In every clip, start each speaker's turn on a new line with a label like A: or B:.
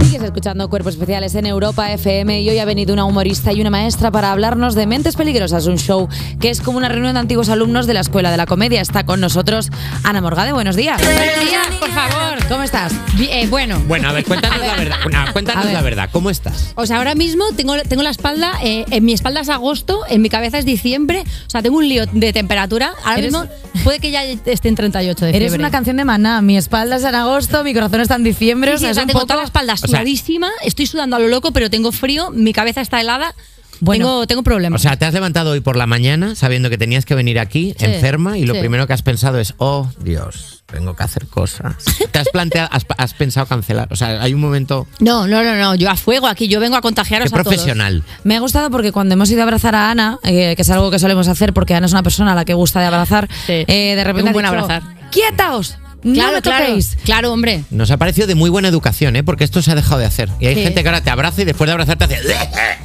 A: Sigues escuchando Cuerpos Especiales en Europa FM y hoy ha venido una humorista y una maestra para hablarnos de Mentes Peligrosas, un show que es como una reunión de antiguos alumnos de la Escuela de la Comedia. Está con nosotros Ana Morgade, buenos días.
B: Buenos días, por favor.
A: ¿Cómo estás?
B: Bien, eh, bueno.
C: Bueno, a ver, cuéntanos la verdad. Bueno, cuéntanos
B: A ver.
C: la verdad. ¿Cómo estás?
B: O sea, ahora mismo tengo, tengo la espalda, eh, en mi espalda es agosto, en mi cabeza es diciembre, o sea, tengo un lío de temperatura. Ahora
A: Eres-
B: mismo puede que ya esté en 38 de fiebre.
A: Eres una canción de maná. Mi espalda es en agosto, mi corazón está en diciembre.
B: Sí,
A: o sea,
B: sí, o
A: es
B: sea,
A: un
B: tengo
A: poco-
B: toda la espalda
C: sea-
B: sudadísima, estoy sudando a lo loco, pero tengo frío, mi cabeza está helada,
A: Bueno.
B: tengo, tengo problemas.
C: O sea, te has levantado hoy por la mañana sabiendo que tenías que venir aquí
B: Sí,
C: enferma y lo
B: sí.
C: primero que has pensado es, oh Dios, tengo que hacer cosas. ¿Te has planteado, has, has pensado cancelar? O sea, hay un momento...
B: no, no, no, no, yo a fuego aquí, yo vengo a contagiaros
C: Qué
B: a todos.
C: profesional.
A: Me ha gustado porque cuando hemos ido a abrazar a Ana, eh, que es algo que solemos hacer porque Ana es una persona a la que gusta de abrazar,
B: Sí.
A: eh, de repente
B: Es un
A: ha
B: buen
A: dicho,
B: abrazar.
A: ¡Quietaos!
B: Claro,
A: ¡No me
B: claro,
A: toquéis!
B: claro, hombre.
C: Nos ha parecido de muy buena educación, ¿eh? Porque esto se ha dejado de hacer. Y hay
B: Sí.
C: gente que ahora te abraza y después de abrazarte hace...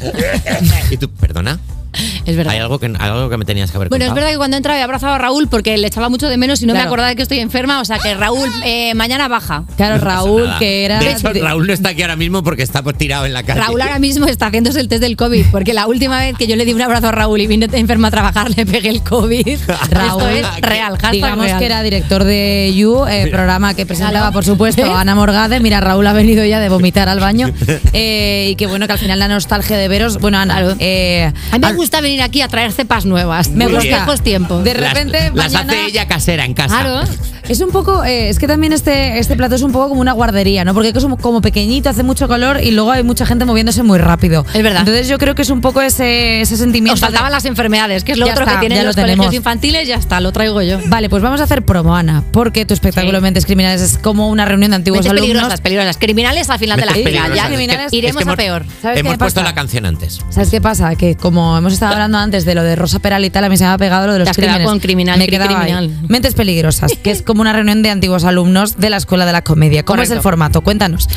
C: y tú, perdona,
B: Es verdad.
C: hay algo que, hay algo que me tenías que haber
B: Bueno, es
C: contado.
B: verdad que cuando entraba he abrazado a Raúl porque le echaba mucho de menos y no me
A: Claro.
B: acordaba que estoy enferma. O sea que Raúl, eh, mañana baja.
A: Claro, Raúl,
C: Nada.
A: que era.
C: De hecho, Raúl no está aquí ahora mismo porque está pues, tirado en la calle.
B: Raúl ahora mismo está haciéndose el test del COVID porque la última vez que yo le di un abrazo a Raúl y vine enferma a trabajar le pegué el COVID.
A: Raúl,
B: Esto es real, hashtag
A: digamos
B: real.
A: que era director de You, eh, programa que presentaba, por supuesto,
B: ¿Eh?
A: a Ana Morgade. Mira, Raúl ha venido ya de vomitar al baño. Eh, y que bueno, que al final la nostalgia de veros. Bueno, Ana, eh,
B: A mí me gusta venir aquí a traer cepas nuevas.
A: Me
B: de los
C: gusta.
B: viejos tiempos.
A: De repente,
C: las, las
A: mañana-
C: hace ella casera en casa.
B: Claro.
A: Es un poco, eh, es que también este, este plato es un poco como una guardería, ¿no? Porque es como, como pequeñito, hace mucho calor y luego hay mucha gente moviéndose muy rápido.
B: Es verdad.
A: Entonces yo creo que es un poco ese, ese sentimiento.
B: Os faltaban
A: de-
B: las enfermedades, que es lo
A: Ya
B: otro
A: está,
B: que
A: ya
B: tienen
A: lo
B: los
A: tenemos.
B: colegios infantiles. Ya está, lo traigo yo.
A: Vale, pues vamos a hacer promo, Ana, porque tu espectáculo
B: Sí.
A: Mentes Criminales es como una reunión de antiguos
B: Mentes
A: alumnos.
B: peligrosas, peligrosas. Criminales al final de la
C: Mentes
B: fila.
C: peligrosas.
B: Ya
C: Es que-
A: criminales-
C: es que
B: iremos
C: hemos-
B: a peor.
A: ¿Sabes qué
C: Hemos
A: me
C: puesto
A: pasa?
C: la canción antes.
A: ¿Sabes qué pasa? Que como hemos estado hablando antes de lo de Rosa Peral y tal, a mí se me ha pegado lo de los
B: Te has quedado
A: crímenes.
B: con criminal,
A: me he
B: cri-
A: quedado ahí.
B: criminal.
A: Mentes peligrosas, que es como una reunión de antiguos alumnos de la Escuela de la Comedia. ¿Cómo es
B: Correcto.
A: el formato? Cuéntanos.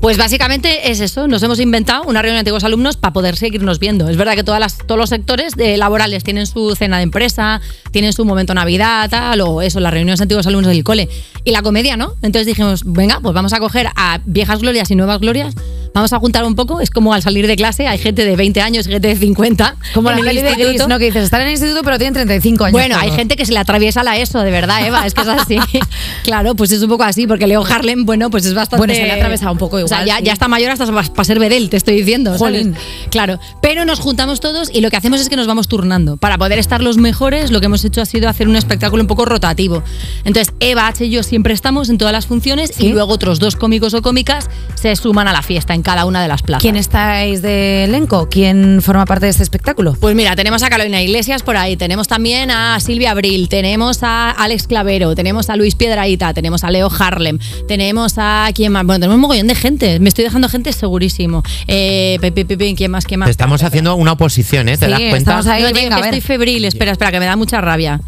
B: Pues básicamente es eso, nos hemos inventado una reunión de antiguos alumnos para poder seguirnos viendo. Es verdad que todas las, todos los sectores eh, laborales tienen su cena de empresa, tienen su momento navidad, tal, o eso, las reuniones de antiguos alumnos del cole. Y la comedia, ¿no? Entonces dijimos, venga, pues vamos a coger a viejas glorias y nuevas glorias, vamos a juntar un poco, es como al salir de clase, hay gente de 20 años, gente de 50,
A: Como
B: en
A: la
B: el
A: peli de
B: instituto.
A: Gris, ¿no? Que dices, están en el instituto pero tienen 35 años.
B: Bueno, hay
A: todos.
B: gente que se le atraviesa la ESO, de verdad, Eva, es que es así. claro, pues es un poco así, porque Leo Harlem, bueno, pues es bastante.
A: Bueno, se le ha atravesado un poco
B: O sea,
A: igual,
B: ya,
A: sí.
B: ya está mayor hasta para ser Bedel, te estoy diciendo. ¿sabes?
A: Jolín.
B: Claro, pero nos juntamos todos y lo que hacemos es que nos vamos turnando. Para poder estar los mejores, lo que hemos hecho ha sido hacer un espectáculo un poco rotativo. Entonces, Eva, H y yo siempre estamos en todas las funciones y luego otros dos cómicos o cómicas se suman a la fiesta en cada una de las plazas.
A: ¿Quién estáis de elenco? ¿Quién forma parte de este espectáculo?
B: Pues mira, tenemos a Carolina Iglesias por ahí, tenemos también a Silvia Abril, tenemos a Alex Clavero, tenemos a Luis Piedraíta, tenemos a Leo Harlem, tenemos a quién más, bueno, tenemos un mogollón de gente, me estoy dejando gente segurísimo. Eh, pe, pe, pe, pe, ¿quién más, quién
C: Te
B: más?
C: estamos haciendo una oposición, ¿eh? ¿Te
A: Sí,
C: das cuenta?
A: estamos ahí.
B: No, tío,
A: venga,
B: que
A: a ver.
B: estoy febril, espera, espera, que me da mucha rabia.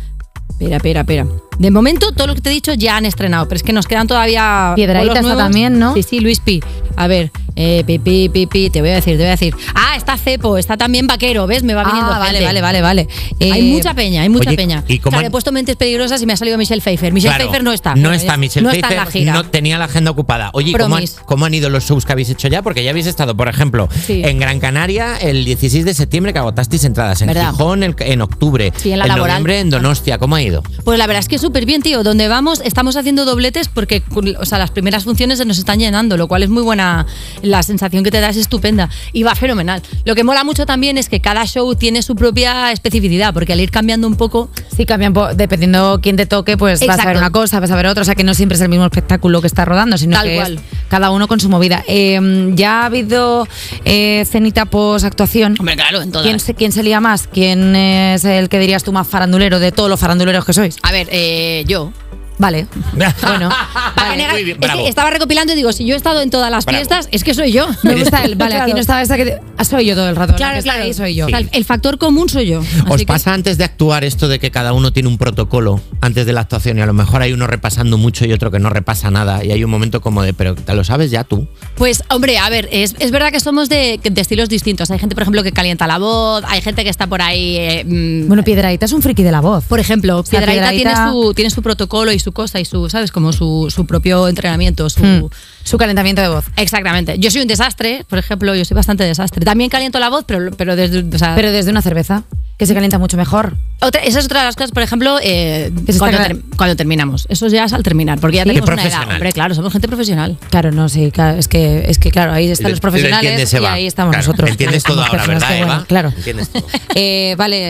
B: Espera, espera, espera. De momento, todo lo que te he dicho ya han estrenado, pero es que nos quedan todavía.
A: Piedrahíta
B: bolos
A: está
B: nuevos.
A: también, ¿no?
B: Sí, sí, Luis Pi. A ver, eh, pi, pi, pi, pi, te voy a decir, te voy a decir. Ah, está Cepo, está también Vaquero, ¿ves? Me va viniendo.
A: Ah, vale,
B: gente.
A: vale, vale, vale.
B: hay
A: Eh,
B: mucha peña, hay mucha
C: oye,
B: peña.
C: ¿y cómo
B: claro,
C: han-
B: he puesto mentes peligrosas y me ha salido Michelle Pfeiffer. Michelle
C: Claro,
B: Pfeiffer no está.
C: No está Michelle
B: No está
C: Pfeiffer.
B: en la gira.
C: No tenía la agenda ocupada. Oye, ¿cómo han,
B: Promis.
C: cómo han ido los shows que habéis hecho ya? Porque ya habéis estado, por ejemplo,
B: Sí.
C: en Gran Canaria el 16 de septiembre que agotasteis entradas, en
B: ¿Verdad?
C: Gijón el- en octubre,
B: Sí, en la laboral.
C: noviembre en Donostia. ¿Cómo ha ido?
B: Pues la verdad es que súper bien, tío. Donde vamos, estamos haciendo dobletes porque o sea, las primeras funciones se nos están llenando, lo cual es muy buena. La sensación que te da es estupenda y va fenomenal. Lo que mola mucho también es que cada show tiene su propia especificidad, porque al ir cambiando un poco.
A: Sí, cambian, po- dependiendo quién te toque, pues vas a
B: Exacto.
A: ver una cosa, vas a ver otra. O sea, que no siempre es el mismo espectáculo que está rodando, sino
B: Tal
A: que es
B: cual.
A: cada uno con su movida. Eh, ya ha habido eh, cenita post-actuación.
B: Hombre, claro, en todas.
A: ¿Quién, se- ¿Quién se lía más? ¿Quién es el que dirías tú más farandulero de todos los faranduleros que sois?
B: A ver, eh, yo. Vale. Bueno. para
C: Vale.
B: que negar-
C: Muy bien,
B: es que
C: bravo.
B: estaba recopilando y digo, si yo he estado en todas las
C: Bravo.
B: fiestas, es que soy yo.
A: Me gusta el. Vale, aquí no estaba esta que. te- ah, soy yo todo el rato. la que
B: Claro,
A: está
B: claro.
A: ahí soy yo.
B: O sea, El factor común soy yo.
C: ¿Os
B: Así que-
C: pasa antes de actuar esto de que cada uno tiene un protocolo antes de la actuación y a lo mejor hay uno repasando mucho y otro que no repasa nada y hay un momento como de, pero te lo sabes ya tú?
B: Pues, hombre, a ver, es, es verdad que somos de, de estilos distintos. Hay gente, por ejemplo, que calienta la voz, hay gente que está por ahí. eh, mm,
A: Bueno, Piedraita es un friki de la voz.
B: por ejemplo,
A: sea,
B: Piedrahita tiene
A: Piedrahita-
B: su, tiene su protocolo y su cosa y su, ¿sabes? Como su, su propio entrenamiento, su,
A: Mm, Su calentamiento de voz.
B: Exactamente. Yo soy un desastre, por ejemplo, yo soy bastante desastre. También caliento la voz, pero, pero desde. o sea,
A: Pero desde una cerveza, que se calienta mucho mejor.
B: otra- esa es otra de las cosas, por ejemplo, eh,
A: Eso está
B: cuando,
A: claro.
B: ter- cuando terminamos. Eso ya es al terminar, porque ya
C: Qué
B: tenemos una edad.
C: profesional.
B: Hombre, claro, somos gente profesional.
A: Claro, no, sí, claro, es que, es que claro, ahí están
C: Lo-
A: los
C: lo
A: profesionales
C: entiendes,
A: y
C: Eva.
A: ahí estamos
C: Claro,
A: nosotros.
C: Entiendes todo
A: Somos
C: ahora,
A: personas
C: ¿verdad,
A: que, bueno,
C: Eva?
A: Claro.
C: Entiendes todo.
A: Eh, vale,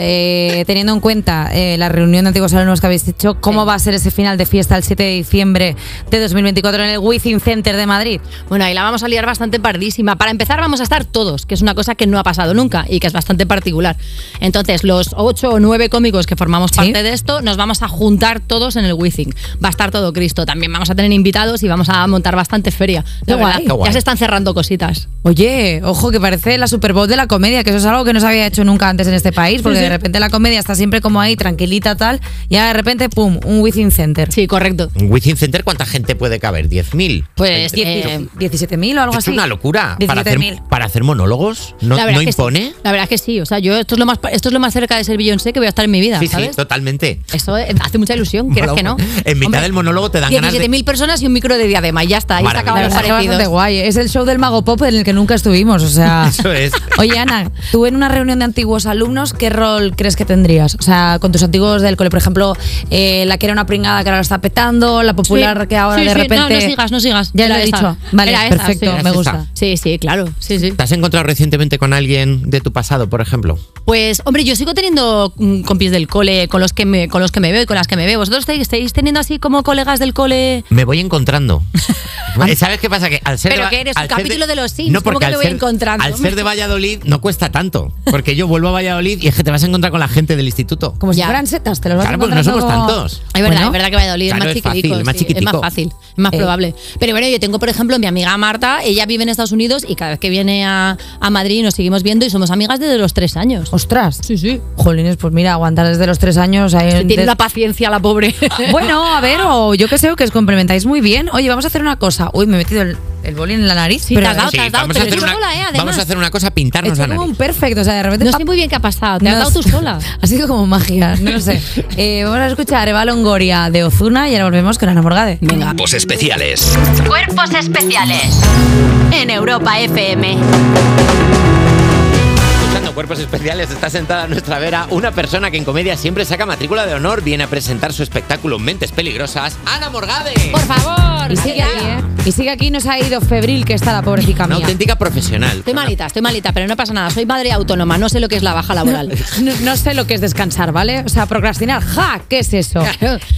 A: eh, teniendo en cuenta eh, la reunión de antiguos alumnos que habéis hecho, ¿cómo
B: Sí.
A: va a ser ese final de fiesta el 7 de diciembre de 2024 en el Within Center de Madrid?
B: Bueno, ahí la vamos a liar bastante pardísima. Para empezar, vamos a estar todos, que es una cosa que no ha pasado nunca y que es bastante particular. Entonces, los ocho o nueve cómicos que formamos
A: Sí.
B: parte de esto, nos vamos a juntar todos en el Withing. Va a estar todo Cristo. También vamos a tener invitados y vamos a montar bastante feria.
A: Qué
B: La
A: guay,
B: verdad,
A: qué
C: guay.
B: Ya se están cerrando cositas.
A: Oye, ojo que parece la Super Bowl de la comedia, que eso es algo que no se había hecho nunca antes en este país, porque de repente la comedia está siempre como ahí, tranquilita, tal, y ahora de repente, pum, un Within Center.
B: Sí, correcto.
C: ¿En Within Center cuánta gente puede caber? ¿10.000?
B: Pues eh,
A: 17.000 o algo
C: es
A: así.
C: una locura. Para hacer,
A: 17.000.
C: para hacer monólogos, ¿no,
B: la verdad
C: no
B: que sí.
C: impone?
B: La verdad que sí. O sea, yo esto es lo más esto es lo más cerca de ser Beyoncé que voy a estar en mi vida,
C: Sí,
B: ¿sabes?
C: sí, totalmente.
B: Eso eh, hace mucha ilusión, ¿crees
C: Mola
B: que no?
C: un- En mitad
B: Hombre,
C: del monólogo te dan ganas de...
B: 17.000 personas y un micro de diadema, y ya está, ahí se
C: Maravilla.
B: acaban los
A: La verdad que
B: parecidos.
A: bastante guay. Es el show del mago pop en el que nunca estuvimos, o sea.
C: Eso es.
A: Oye, Ana, tú en una reunión de antiguos alumnos, ¿qué rol crees que tendrías? O sea, con tus antiguos del cole, por ejemplo, eh, la que era una pringada que ahora la está petando, la popular
B: Sí,
A: que ahora
B: sí,
A: de
B: sí,
A: repente.
B: No, no sigas, no sigas.
A: Ya lo
B: Era
A: he
B: esa.
A: dicho. Vale,
B: Era esa,
A: perfecto,
B: sí.
A: me
C: Era
A: gusta.
C: esa.
B: Sí, sí, claro. Sí, sí.
C: ¿Te has encontrado recientemente con alguien de tu pasado, por ejemplo?
B: Pues, hombre, yo sigo teniendo mm, compis del cole con los que me, con los que me veo y con las que me veo. ¿Vosotros estáis, estáis teniendo así como colegas del cole?
C: Me voy encontrando. ¿Sabes qué pasa? Que al ser
B: Pero
C: de-
B: que eres un
C: al ser
B: capítulo de los Sims, ¿cómo que
C: al
B: me voy
C: ser-
B: encontrando?
C: Al ser de Valladolid no cuesta tanto. Porque yo vuelvo a Valladolid y es que te vas a encontrar con la gente del instituto.
A: Como si
B: Ya.
A: fueran setas, te los vas
C: Claro, porque no
A: encontrando
C: somos
A: como-
C: tantos.
B: Es verdad,
A: Bueno.
B: es verdad que Valladolid
C: Claro, es
B: es, más
C: fácil,
B: chiquitico,
C: es más
B: sí, es más
C: chiquitico.
B: fácil, es más
A: Eh.
B: probable. Pero bueno, yo tengo, por ejemplo, mi amiga Marta, ella vive en Estados Unidos y cada vez que viene a, a Madrid nos seguimos viendo y somos amigas desde los tres años.
A: Ostras.
B: Sí, sí.
A: Jolines, pues mira, aguantar desde los tres años. ahí en-
B: Tiene una paciencia la pobre.
A: Bueno, a ver, o yo que sé, o que os complementáis muy bien. Oye, vamos a hacer una cosa. Uy, me he metido el, el boli en la nariz.
B: Sí, te has dado, te has dado,
C: vamos,
B: pero
C: a hacer
B: tú
C: una,
B: sola, eh, además.
C: vamos a hacer una cosa,
A: He
C: pintarnos
A: hecho
C: la
A: como un
C: nariz.
A: perfecto, o sea, de repente...
B: No
A: pa-
B: sé muy bien qué ha pasado, te has
A: Nos-
B: dado tú sola.
A: Ha sido como magia, no lo sé. Eh, vamos a escuchar Eva Longoria de Ozuna y ahora volvemos con Ana Morgade.
B: Venga.
D: Pos especiales
E: Cuerpos especiales. En Europa FM.
C: Escuchando Cuerpos Especiales está sentada a nuestra vera una persona que en comedia siempre saca matrícula de honor. Viene a presentar su espectáculo Mentes Peligrosas, Ana Morgade.
B: Por favor,
A: Y sigue
B: allá.
A: aquí, ¿eh? Y sigue aquí, nos ha ido febril que está la pobrecita
C: Una
A: mía.
C: auténtica profesional.
B: Estoy malita, estoy malita, pero no pasa nada. Soy madre autónoma, no sé lo que es la baja laboral.
A: No, no sé lo que es descansar, ¿vale? O sea, procrastinar, ¡ja! ¿Qué es eso?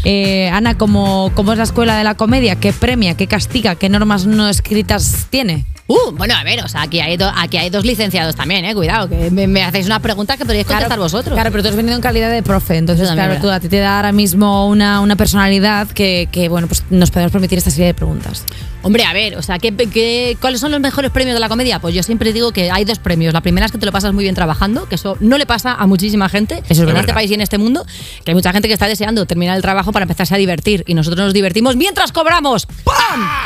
A: Eh, Ana, ¿cómo, ¿cómo es la escuela de la comedia? ¿Qué premia? ¿Qué castiga? ¿Qué normas no escritas tiene?
B: Uh, bueno, a ver, o sea, aquí hay, do- aquí hay dos licenciados también, eh. Cuidado, que me, me hacéis unas preguntas que podríais contestar vosotros.
A: Claro, pero tú has venido en calidad de profe, entonces,
B: Eso también
A: claro,
B: es
A: tú a ti te da ahora mismo una, una personalidad que, que, bueno, pues nos podemos permitir esta serie de preguntas.
B: Hombre, a ver, o sea, ¿qué, qué- cuáles son los mejores premios de la comedia? Pues yo siempre digo que hay dos premios. La primera es que te lo pasas muy bien trabajando, que eso no le pasa a muchísima gente
A: es
B: en
A: verdad.
B: este país y en este mundo, que hay mucha gente que está deseando terminar el trabajo para empezarse a divertir y nosotros nos divertimos mientras cobramos. ¡Pam!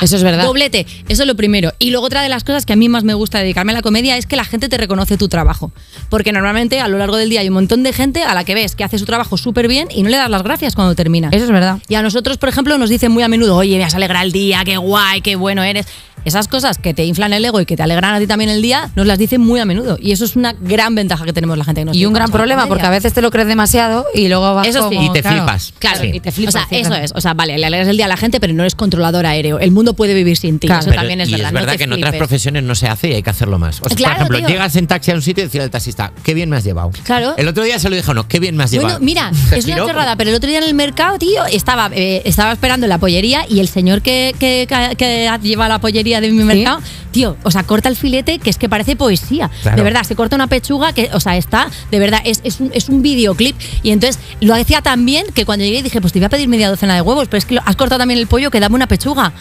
A: Eso es verdad.
B: Doblete, eso es lo primero. Y luego otra de las cosas que a mí más me gusta dedicarme a la comedia es que la gente te reconoce tu trabajo. Porque normalmente a lo largo del día hay un montón de gente a la que ves que hace su trabajo súper bien y no le das las gracias cuando termina.
A: Eso es verdad.
B: Y a nosotros, por ejemplo, nos dicen muy a menudo, oye, me has alegrado el día, qué guay, qué bueno eres. Esas cosas que te inflan el ego y que te alegran a ti también el día, nos las dicen muy a menudo. Y eso es una gran ventaja que tenemos la gente. que nos
A: Y un
B: dedica
A: gran
B: mucho a la
A: problema,
B: comedia.
A: porque a veces te lo crees demasiado y luego vas
B: Eso sí.
A: como,
C: Y te
A: claro,
C: flipas.
B: Claro,
C: Sí.
B: y te flipas. O sea,
A: sí,
B: eso
A: claro.
B: es. O sea, vale, le alegras el día a la gente, pero no eres controlador aéreo. El mundo puede vivir sin ti.
A: Claro.
B: Eso
C: Pero-
B: también es
C: y
B: verdad.
C: es verdad
B: no te
C: que en otras
B: flipes.
C: profesiones no se hace y hay que hacerlo más. O sea,
B: Claro,
C: por ejemplo,
B: tío.
C: llegas en taxi a un sitio y decirle al taxista, qué bien me has llevado.
B: Claro.
C: El otro día se lo dije a uno, qué bien me has
B: Bueno,
C: llevado.
B: mira,
C: Se
B: es una
C: giró.
B: chorrada, pero el otro día en el mercado, tío, estaba, eh, estaba esperando en la pollería y el señor que, que, que- que que lleva la pollería de mi mercado, tío, o sea, corta el filete que es que parece poesía.
C: Claro.
B: De verdad, se corta una pechuga que, o sea, está, de verdad, es, es un, es un videoclip. Y entonces lo hacía tan bien que cuando llegué dije, pues te voy a pedir media docena de huevos, pero es que lo- has cortado también el pollo, que dame una pechuga.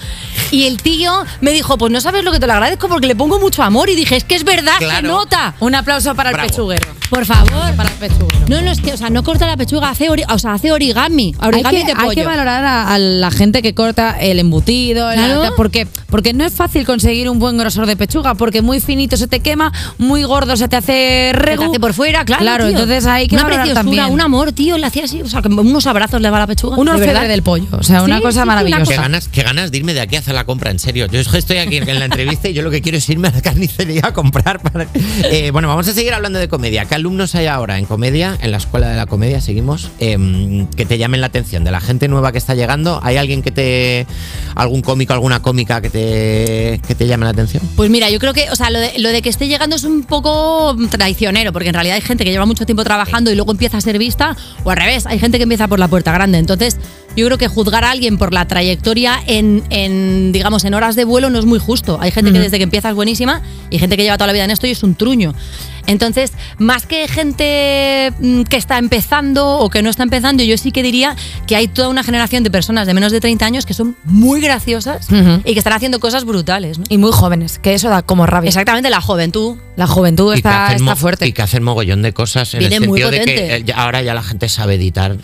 B: Y el tío me dijo, pues no sabes lo que te lo agradezco porque le pongo mucho amor. Y dije, es que es verdad, se
C: Claro.
B: nota.
A: Un aplauso para el
C: Bravo.
A: pechuguero.
B: Por favor.
A: Para el pechuguero.
B: No, no, es que, o sea, no corta la pechuga, hace, ori- o sea, hace origami.
A: Hay
B: Origami
A: que,
B: de
A: hay
B: pollo.
A: que valorar a, a la gente que corta el embutido, el-
B: Claro.
A: porque, porque no es fácil conseguir un buen grosor de pechuga, porque muy finito se te quema, muy gordo se te hace
B: Que
A: rego.
B: te hace por fuera, claro.
A: Claro,
B: tío.
A: entonces hay que
B: una
A: valorar
B: preciosura,
A: también.
B: un amor, tío. Le hacía así, o sea, que unos abrazos le va la pechuga.
A: Un
B: de
A: orfebre
B: verdad.
A: del pollo, o sea, una
B: Sí, sí,
A: cosa
B: sí, una
C: Qué
A: maravillosa.
C: ganas, qué ganas de irme de aquí a hacer la compra, en serio. Yo estoy aquí en la entrevista y yo lo que quiero es irme a la carnicería a comprar. para- Eh, bueno, vamos a seguir hablando de comedia. ¿Qué alumnos hay ahora en comedia, en la escuela de la comedia? Seguimos. Em, que te llamen la atención. De la gente nueva que está llegando, ¿hay alguien que te. algún cómico, alguna cómica que te, que te llame la atención?
B: Pues mira, yo creo que, o sea, lo de, lo de que esté llegando es un poco traicionero, porque en realidad hay gente que lleva mucho tiempo trabajando y luego empieza a ser vista, o al revés, hay gente que empieza por la puerta grande. Entonces, yo creo que juzgar a alguien por la trayectoria en, en, digamos, en horas de vuelo no es muy justo. Hay gente que desde que empieza es buenísima y gente que lleva toda la vida en esto y es un truño. Entonces, más que gente mm, que está empezando o que no está empezando, yo sí que diría que hay toda una generación de personas de menos de 30 años que son muy graciosas
A: Ujú.
B: y que están haciendo cosas brutales, ¿no?
A: Y muy jóvenes, que eso da como rabia.
B: Exactamente, la juventud.
A: La juventud
C: Y que
A: está,
C: hacen
A: está
C: mo-
A: fuerte.
C: Y que hacen mogollón de cosas en
B: Viene
C: el
B: muy
C: sentido de que
B: potente.
C: eh, ya- ahora ya la gente sabe editar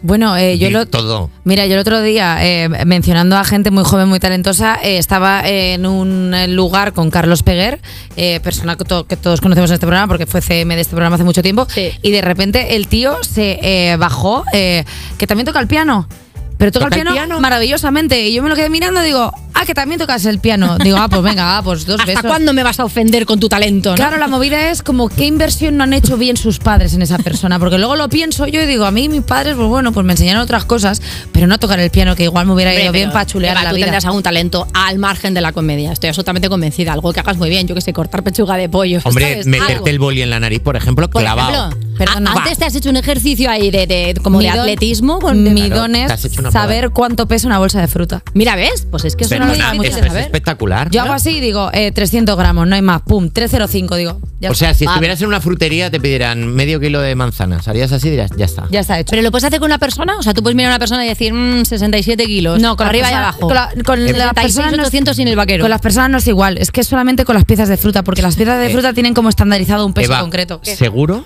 A: Bueno, eh, yo
C: di-
A: lo,
C: todo.
A: Mira, yo el otro día, eh, mencionando a gente muy joven, muy talentosa, eh, estaba en un eh, lugar con Carlos Peguer, eh, persona que, to- que todos conocemos en este programa porque fue CM de este programa hace mucho tiempo,
B: Sí.
A: y de repente el tío se eh, bajó, eh, que también toca el piano. Pero toca,
C: ¿Toca
A: el,
C: el
A: piano
C: piano?
A: maravillosamente. Y yo me lo quedé mirando y digo, ah, que también tocas el piano. Digo, ah, pues venga, ah, pues dos
B: ¿Hasta
A: besos.
B: cuándo me vas a ofender con tu talento? no?
A: Claro, la movida es como qué inversión no han hecho bien sus padres en esa persona, porque luego lo pienso yo y digo, a mí mis padres, pues bueno, pues me enseñaron otras cosas, pero no tocar el piano, que igual me hubiera
B: Hombre,
A: ido bien
B: pero,
A: para chulear
B: Eva,
A: la
B: tú
A: vida.
B: tendrás algún talento al margen de la comedia. Estoy absolutamente convencida. Algo que hagas muy bien, yo que sé, cortar pechuga de pollo.
C: Hombre,
B: ¿sabes?
C: meterte
B: Algo.
C: el boli en la nariz, por ejemplo,
B: Por
C: clavado.
B: ejemplo,
A: Perdona.
B: a- Ah, antes te has hecho un ejercicio ahí de, de- como
A: Mi
B: de
A: don-
B: atletismo. con- de-
A: Mi
C: pues, Claro,
A: don es
C: te has hecho una prueba.
A: saber cuánto pesa una bolsa de fruta.
B: Mira, ¿ves? Pues es que eso no lo
C: Ah, Perdona,
B: damos
C: esto
B: de
C: es
B: saber.
C: espectacular.
A: Yo hago así y digo, eh, 300 gramos, no hay más, pum, 305, digo, ya,
C: o
A: está,
C: sea, si
B: Vale.
C: estuvieras en una frutería te pidieran medio kilo de manzanas. Harías así y dirás, ya está.
A: ya está hecho.
B: Pero lo puedes hacer con una persona, o sea, tú puedes mirar a una persona y decir, mmm, 67 kilos.
A: No, con la
B: arriba y
A: persona-
B: abajo.
A: con la- con la
B: 76,
A: persona no-
B: 800 sin el vaquero.
A: Con las personas no es igual, es que es solamente con las piezas de fruta, porque las piezas de
C: Eh,
A: fruta tienen como estandarizado un
B: pues
A: peso
C: Eva,
A: concreto.
C: ¿Seguro?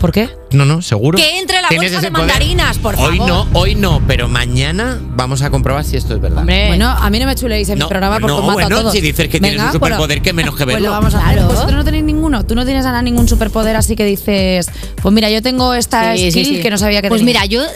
A: ¿Por qué?
C: No, no, seguro.
B: Que entre la
C: Tienes
B: bolsa de
C: ese poder.
B: mandarinas, por
C: Hoy
B: favor.
C: no, hoy no, pero mañana vamos a comprobar si esto es verdad.
B: Hombre,
A: Bueno, a mí no me chuleéis en
C: No,
A: mi programa porque
C: no,
A: os mato
C: bueno,
A: a todos.
C: si dices que tienes un
A: pero-
C: superpoder, qué menos que
A: pues
C: verlo.
A: lo vamos a hacer.
B: Claro.
A: Pues tú no tenéis ninguno. Tú no tienes a ningún superpoder así que dices, pues mira, yo tengo esta
B: Sí, sí,
A: skill
B: sí.
A: que no sabía que
B: Pues
A: tenía.
B: mira, yo eh,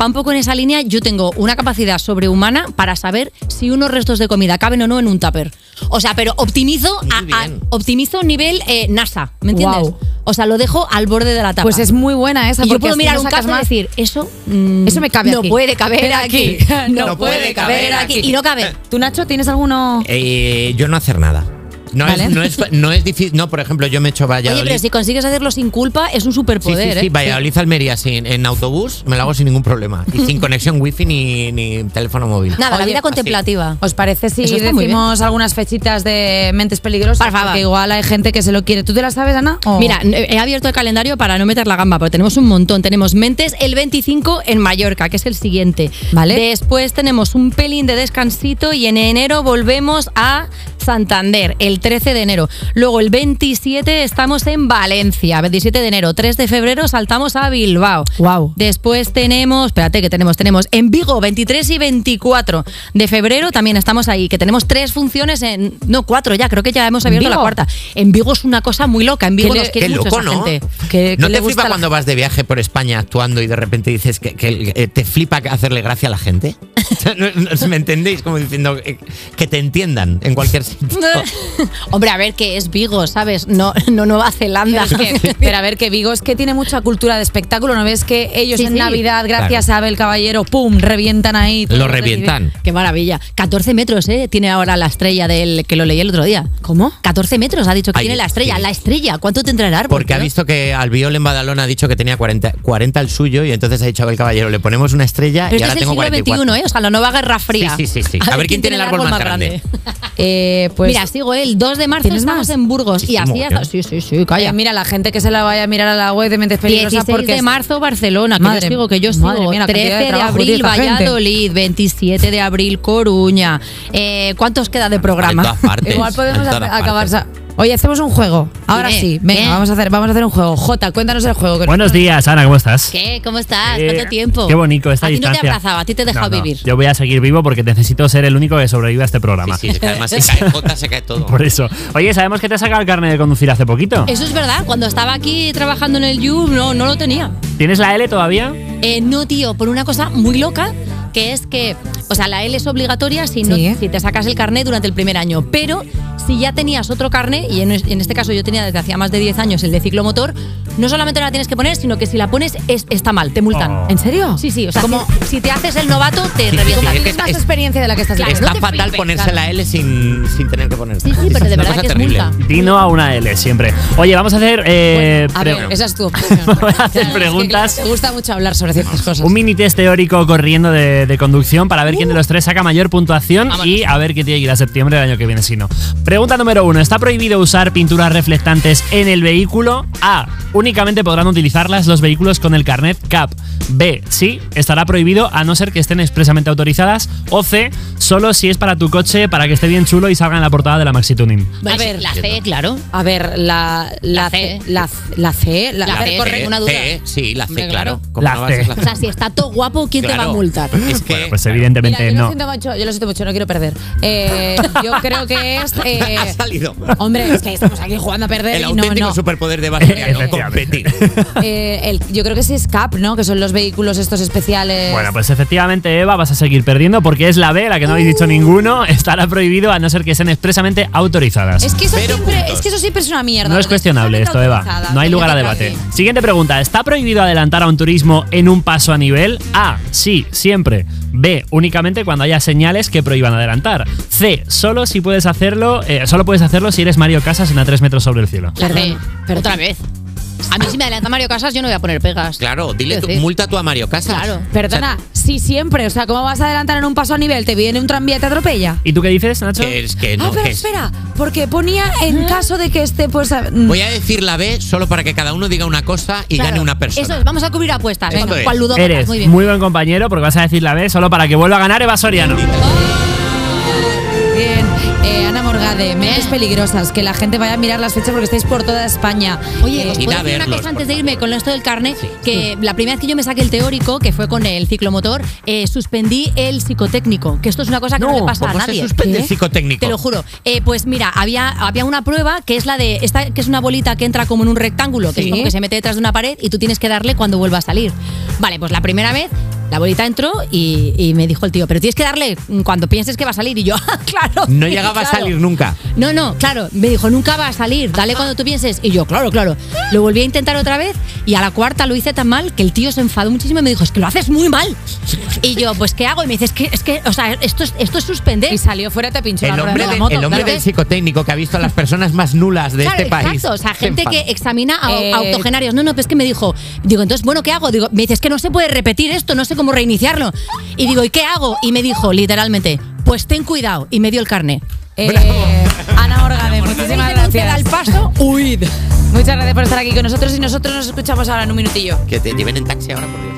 B: va un poco en esa línea. Yo tengo una capacidad sobrehumana para saber si unos restos de comida caben o no en un tupper. O sea, pero optimizo a,
C: Muy
B: a-
C: bien.
B: optimizo nivel eh, NASA, ¿me entiendes?
A: Guau.
B: O sea, lo dejo al borde de la tapa.
A: pues es muy buena esa
B: y yo
A: porque
B: puedo
A: así
B: mirar
A: no
B: un
A: sacas
B: caso y
A: más.
B: decir, eso, mm,
A: Eso me cabe
B: no
A: aquí.
B: puede caber aquí.
A: No
C: puede caber aquí.
B: Y no cabe.
A: ¿Tú, Nacho, tienes alguno?
C: Eh, yo no hacer nada. No,
A: Vale.
C: es, no, es, no es difícil. No, por ejemplo, yo me he hecho
B: Oye,
C: Valladolid.
B: pero si consigues hacerlo sin culpa, es un
C: Sí,
B: superpoder,
C: sí,
B: ¿eh?
C: sí, Valladolid Almería sin, en autobús me lo hago sin ningún problema. Y sin conexión wifi ni, ni teléfono móvil.
B: Nada, la
A: Oye,
B: vida
A: así.
B: contemplativa.
A: ¿Os parece si
B: Eso está muy
A: decimos algunas fechitas de mentes peligrosas?
B: Por favor.
A: Porque igual hay gente que se lo quiere. ¿Tú te las sabes, Ana? ¿O-
B: Mira, he abierto el calendario para no meter la gamba, pero tenemos un montón. Tenemos Mentes el 25 en Mallorca, que es el siguiente.
A: Vale.
B: Después tenemos un pelín de descansito y en enero volvemos a Santander, el 13 de enero. Luego el 27 estamos en Valencia, 27 de enero. 3 de febrero saltamos a Bilbao.
A: Guau.
B: Después tenemos, espérate que tenemos, tenemos en Vigo 23 y 24 de febrero también estamos ahí, que tenemos tres funciones en, no, cuatro ya, creo que ya hemos abierto la
A: Vigo?
B: cuarta. En Vigo es una cosa muy loca, en Vigo
A: Qué
B: nos
A: le-
C: Qué
B: quiere mucho
C: loco,
B: esa
C: ¿no?
B: gente.
A: que-
C: ¿No
A: que le gusta
C: te flipa
A: la-
C: cuando vas de viaje por España actuando y de repente dices que, que, eh, te flipa que hacerle gracia a la gente? O sea, no- no- ¿Me entendéis? Como diciendo eh, que te entiendan en cualquier sitio. Oh.
B: Hombre, a ver, que es Vigo, ¿sabes? No, no Nueva Zelanda.
A: Pero a ver, que Vigo es que tiene mucha cultura de espectáculo. ¿No ves que ellos
B: Sí,
A: en
B: sí.
A: Navidad, gracias a Abel Caballero, pum, revientan ahí?
C: Lo revientan.
B: Qué maravilla. 14 metros, ¿eh? Tiene ahora la estrella del que lo leí el otro día.
A: ¿Cómo?
B: 14 metros, ha dicho que
C: Ay,
B: tiene la estrella.
C: sí.
B: La estrella, ¿cuánto tendrá el árbol?
C: Porque ha
B: tío?
C: visto que Albiol en Badalona ha dicho que tenía 40, 40 al suyo y entonces ha dicho Abel Caballero, le ponemos una estrella
B: Pero
C: y
B: este
C: ahora
B: es el
C: tengo
B: siglo
C: 44.
B: XXI, ¿eh? O a la nueva Guerra Fría.
C: Sí, sí, sí, sí. A ver quién tiene el árbol más grande.
A: Eh, pues,
B: Mira, sigo el 2 de marzo
A: ¿Tienes
B: estamos
A: más?
B: en Burgos
C: Sí, sí,
B: y así
C: mogollón.
B: hasta sí, sí, sí,
A: oye,
B: calla.
A: eh, mira, la gente que se la vaya a mirar a la web de Mentes Peligrosas
B: 16
A: porque
B: de marzo Barcelona, que
A: Madre-
B: yo sigo, que yo
A: madre
B: sigo.
A: mía, la cantidad de
B: 13 de,
A: trabajo que
B: abril
A: tiene esta gente.
B: Valladolid, 27 de abril Coruña. Eh, ¿Cuántos queda de
C: En
B: programa?
C: todas partes.
A: igual podemos
C: en todas
A: hacer- acabar.
C: partes.
A: Oye, hacemos un juego. Ahora
B: Bien,
A: sí, venga,
B: bien.
A: vamos a hacer, vamos a hacer un juego. Jota, cuéntanos el juego. que
F: Buenos días, Ana, ¿cómo estás?
B: ¿Qué? ¿Cómo estás?
F: Eh,
B: ¿Cuánto tiempo?
F: Qué bonito esta
B: a ti no te
F: distancia.
B: abrazaba, a ti te he dejado
F: No, no,
B: vivir.
F: Yo voy a seguir vivo porque necesito ser el único que sobreviva a este programa.
C: Sí, sí, es que además se cae Jota, se cae todo.
F: Por eso. Oye, sabemos que te has sacado el carnet de conducir hace poquito.
B: Eso es verdad, cuando estaba aquí trabajando en el You no, no lo tenía.
F: ¿Tienes la L todavía?
B: Eh, no, tío, por una cosa muy loca, que es que, o sea, la L es obligatoria si, no,
A: Sí, ¿eh?
B: si te sacas el carnet durante el primer año, pero si ya tenías otro carnet, y en, es- en este caso yo tenía desde hacía más de 10 años el de ciclomotor, no solamente no la tienes que poner, sino que si la pones es- está mal, te multan.
F: Oh.
A: ¿En serio?
B: Sí, sí, o sea,
A: Como-
B: si, si te haces el novato, te
C: Ah. sí,
B: revientan.
C: sí, es que
A: Tienes más
C: es-
A: experiencia de la que estás
B: Claro,
C: Está
B: no te
C: fatal
B: flipes,
C: ponerse
B: claro.
C: la L sin, sin tener que ponerse.
B: Sí, sí, pero de verdad que es multa.
F: Dino a una L siempre. Oye, vamos a hacer. eh,
A: A
F: pre-
A: ver, esa es tu opinión.
F: Voy a hacer
A: O sea, es que,
F: preguntas.
A: claro, te gusta mucho hablar sobre ciertas cosas.
F: Un mini test teórico corriendo de, de conducción para ver quién de los tres saca mayor puntuación y a ver qué tiene que ir a septiembre del año que viene, si no. Pregunta número uno: ¿Está prohibido usar pinturas reflectantes en el vehículo? A. Únicamente podrán utilizarlas los vehículos con el carnet CAP. B. Sí, estará prohibido a no ser que estén expresamente autorizadas. O C. Solo si es para tu coche, para que esté bien chulo y salga en la portada de la Maxi Tuning.
B: A ver, la C, claro.
A: A ver, la, la,
B: La C.
A: La, la C. La,
B: La
A: a ver,
B: C.
A: corre-
C: C,
B: una duda.
C: C, sí, la C,
B: Hombre,
C: claro.
B: claro.
C: ¿Cómo
F: La
C: no va a ser
F: C.
C: la
B: O sea, si está todo guapo, ¿quién te va a
C: Claro.
B: multar?
C: Es que,
F: Bueno, pues
A: Mira,
F: evidentemente
A: yo lo
F: no.
A: siento mucho, yo lo siento mucho, no quiero perder. Eh, yo creo que es. eh,
C: ha salido.
A: hombre, es que estamos aquí jugando a perder.
C: El
A: y no,
C: auténtico
A: no.
C: superpoder de Bastián,
F: Efectivamente.
C: competir.
A: Eh, el- yo creo que sí es CAP, ¿no? Que son los vehículos estos especiales.
F: Bueno, pues efectivamente, Eva, vas a seguir perdiendo porque es la B, la que no habéis dicho ninguno. Estará prohibido a no ser que estén expresamente autorizadas.
A: es, que eso
C: Cero
A: siempre,
C: puntos.
A: es que eso siempre es una mierda.
F: no es cuestionable esto, Eva. No hay lugar a debate. Siguiente pregunta. ¿Está prohibido adelantar a un turismo en un paso a nivel? A. Sí, siempre. B. Únicamente cuando haya señales que prohíban adelantar. C. Solo si puedes hacerlo, eh, solo puedes hacerlo si eres Mario Casas en A 3 metros sobre el cielo.
B: La C,
A: Perdón, perdón.
B: otra vez. A mí si me adelanta Mario Casas, yo no voy a poner pegas.
C: Claro, dile,
B: Quiero
C: tú,
B: decir,
C: multa tú a Mario Casas.
B: Claro.
A: Perdona, sí siempre. O sea, ¿cómo vas a adelantar en un paso a nivel? ¿Te viene un tranvía y te atropella?
F: ¿Y tú qué dices,
C: O
F: Nacho?
C: sea, que es que
A: ah,
C: no,
A: pero
C: que es-
A: espera, porque ponía en caso de que esté pues... a- mm,
C: Voy a decir la B solo para que cada uno diga una cosa y
B: claro.
C: gane una persona.
B: Eso es, vamos a cubrir apuestas.
C: Eso
B: Venga,
C: es.
B: cual ludópata,
F: Eres
B: muy
F: muy,
B: bien.
F: buen compañero porque vas a decir la B solo para que vuelva a ganar Eva Soriano.
A: Bien, Eh, Ana Morgade, mentes
B: Bien.
A: peligrosas, que la gente vaya a mirar las fechas porque estáis por toda España.
B: Oye,
A: Eh,
B: ¿os
C: Id
B: puedo
C: a
B: decir una
C: verlos,
B: cosa
C: por
B: antes de irme con esto del carne? Que la primera vez que yo me saqué el teórico, que fue con el ciclomotor, eh, suspendí el psicotécnico. Que esto es una cosa que no,
C: No,
B: le pasa a
C: ¿cómo se
B: nadie. ¿Eh?
C: suspende el ¿Qué? psicotécnico?
B: Te lo juro. Eh, pues mira, había, había una prueba que es la de. Esta, que es una bolita que entra como en un rectángulo, que
A: Sí.
B: es como que se mete detrás de una pared y tú tienes que darle cuando vuelva a salir. Vale, pues la primera vez. La bolita entró y, y me dijo el tío, pero tienes que darle cuando pienses que va a salir. Y yo, "Ah, claro.
C: No
B: sí,
C: llegaba a
B: claro".
C: salir nunca.
B: No, no, claro. Me dijo, nunca va a salir, dale cuando tú pienses. Y yo, claro, claro. Lo volví a intentar otra vez y a la cuarta lo hice tan mal que el tío se enfadó muchísimo y me dijo, es que lo haces muy mal. Y yo, pues, ¿qué hago? Y me dice, es que, es que o sea, esto es, esto es suspender.
A: y salió fuera, te pinchó
C: El
A: la
C: hombre,
A: rueda de
C: de-
A: la moto.
C: el hombre
B: claro.
C: del psicotécnico que ha visto a las personas más nulas de
B: Claro,
C: este país.
B: exacto. O sea,
C: Se
B: gente que
C: enfada.
B: examina a,
A: Eh,
B: a octogenarios. No, no, pero es que me dijo, digo, entonces, bueno, ¿qué hago? Digo, me dice, es que no se puede repetir esto, no sé cómo reiniciarlo. Y digo, ¿y qué hago? Y me dijo, literalmente, pues ten cuidado. Y me dio el carné.
A: Eh, Ana Morgade, muchísimas
B: Dice que un
A: gracias.
B: pedal paso,
A: Muchas gracias por estar aquí con nosotros y nosotros nos escuchamos ahora en un minutillo.
C: Que te lleven en taxi ahora, por Dios.